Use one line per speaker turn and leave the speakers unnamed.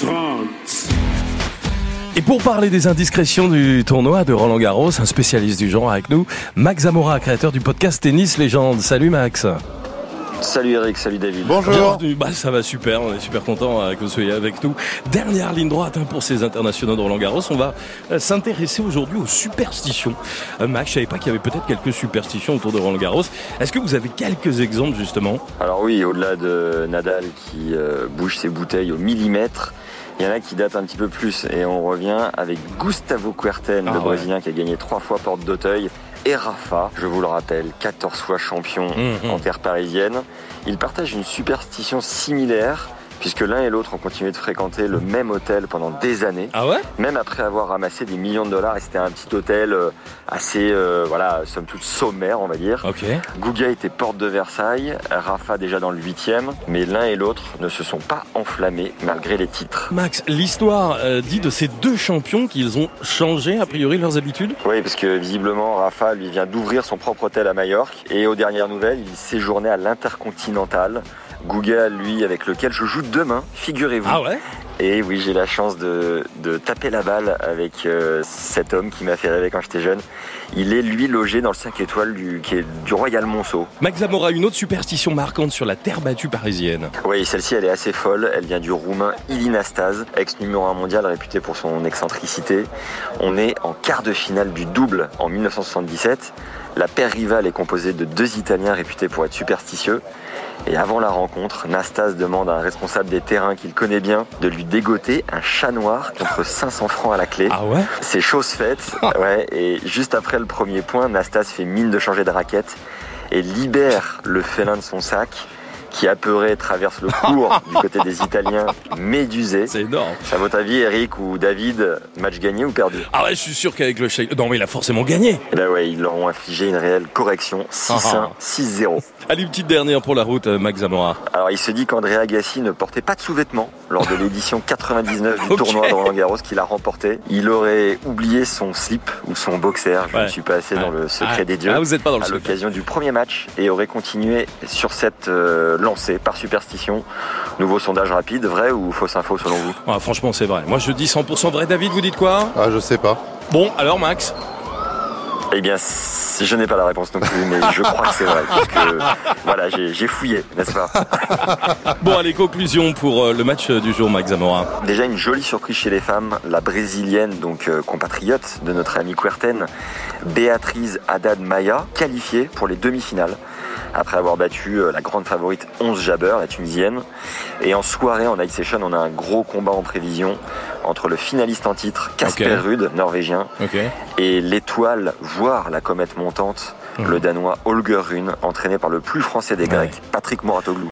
15-30.
Et pour parler des indiscrétions du tournoi de Roland Garros, un spécialiste du genre avec nous, Max Zamora, créateur du podcast Tennis Légende. Salut Max.
Salut Eric, salut David.
Bonjour.
Bienvenue. Bah, ça va super, on est super content euh, que vous soyez avec nous. Dernière ligne droite hein, pour ces internationaux de Roland Garros. On va euh, s'intéresser aujourd'hui aux superstitions. Euh, Max, je savais pas qu'il y avait peut-être quelques superstitions autour de Roland Garros. Est-ce que vous avez quelques exemples justement
Alors oui, au-delà de Nadal qui euh, bouge ses bouteilles au millimètre, il y en a qui datent un petit peu plus et on revient avec Gustavo Kuerten,
Ah
le
ouais.
Brésilien qui a gagné trois fois porte d'Auteuil. Et Rafa, je vous le rappelle, 14 fois champion
Mhm.
en terre parisienne. Ils partagent une superstition similaire puisque l'un et l'autre ont continué de fréquenter le même hôtel pendant des années.
Ah ouais
même après avoir ramassé des millions de dollars, et c'était un petit hôtel euh, assez, euh, voilà, somme toute sommaire, on va dire.
Ok.
Gouga était porte de Versailles, Rafa déjà dans le huitième, mais l'un et l'autre ne se sont pas enflammés malgré les titres.
Max, l'histoire euh, dit de ces deux champions qu'ils ont changé a priori leurs habitudes
Oui, parce que visiblement, Rafa lui vient d'ouvrir son propre hôtel à Majorque, et aux dernières nouvelles, il séjournait à l'Intercontinental. Gouga, lui, avec lequel je joue demain, figurez-vous.
Ah ouais
Et oui, j'ai la chance de, de taper la balle avec euh, cet homme qui m'a fait rêver quand j'étais jeune. Il est, lui, logé dans le 5 étoiles du, qui est du Royal Monceau.
Max Zamora, une autre superstition marquante sur la terre battue parisienne.
Oui, celle-ci, elle est assez folle. Elle vient du roumain Ilinastase, ex numéro 1 mondial réputé pour son excentricité. On est en quart de finale du double en 1977. La paire rivale est composée de deux Italiens réputés pour être superstitieux. Et avant la rencontre, Nastas demande à un responsable des terrains qu'il connaît bien de lui dégoter un chat noir contre 500 francs à la clé.
Ah ouais
C'est chose faite, ouais, et juste après le premier point, Nastas fait mine de changer de raquette et libère le félin de son sac qui apeuré traverse le cours du côté des Italiens médusés.
C'est énorme.
À votre avis, Eric ou David, match gagné ou perdu
Ah ouais, je suis sûr qu'avec le shake. Non, mais il a forcément gagné.
Eh ben ouais, ils leur ont infligé une réelle correction, 6-1, 6-0.
Allez, une petite dernière pour la route, euh, Max Zamora.
Alors il se dit qu'André Agassi ne portait pas de sous-vêtements lors de l'édition 99 du
Ok.
tournoi de Roland Garros qu'il a remporté. Il aurait oublié son slip ou son boxer, je
Ouais.
ne suis pas assez dans le secret
Ah,
des dieux.
Ah, vous n'êtes pas dans le
à
secret.
l'occasion du premier match et aurait continué sur cette euh, lancée par superstition. Nouveau sondage rapide, vrai ou fausse info selon vous
Ah, franchement, c'est vrai. Moi, je dis 100% vrai. David, vous dites quoi
Ah, je sais pas.
Bon, alors Max
Eh bien, c- je n'ai pas la réponse non plus, mais je crois que c'est vrai. parce que, voilà, j'ai j'ai fouillé, n'est-ce pas Ah.
Bon, allez, conclusion pour euh, le match euh, du jour, Max Zamora.
Déjà une jolie surprise chez les femmes, la brésilienne, donc euh, compatriote de notre amie Querten, Béatrice Haddad Maya, qualifiée pour les demi-finales, après avoir battu euh, la grande favorite 11 Jabber, la tunisienne. Et en soirée, en Night Session, on a un gros combat en prévision entre le finaliste en titre, Casper
Ok.
Rude, norvégien,
Ok.
et l'étoile, voire la comète montante,
Mhm.
le Danois Holger Rune, entraîné par le plus français des
Ouais.
Grecs, Patrick Moratoglou.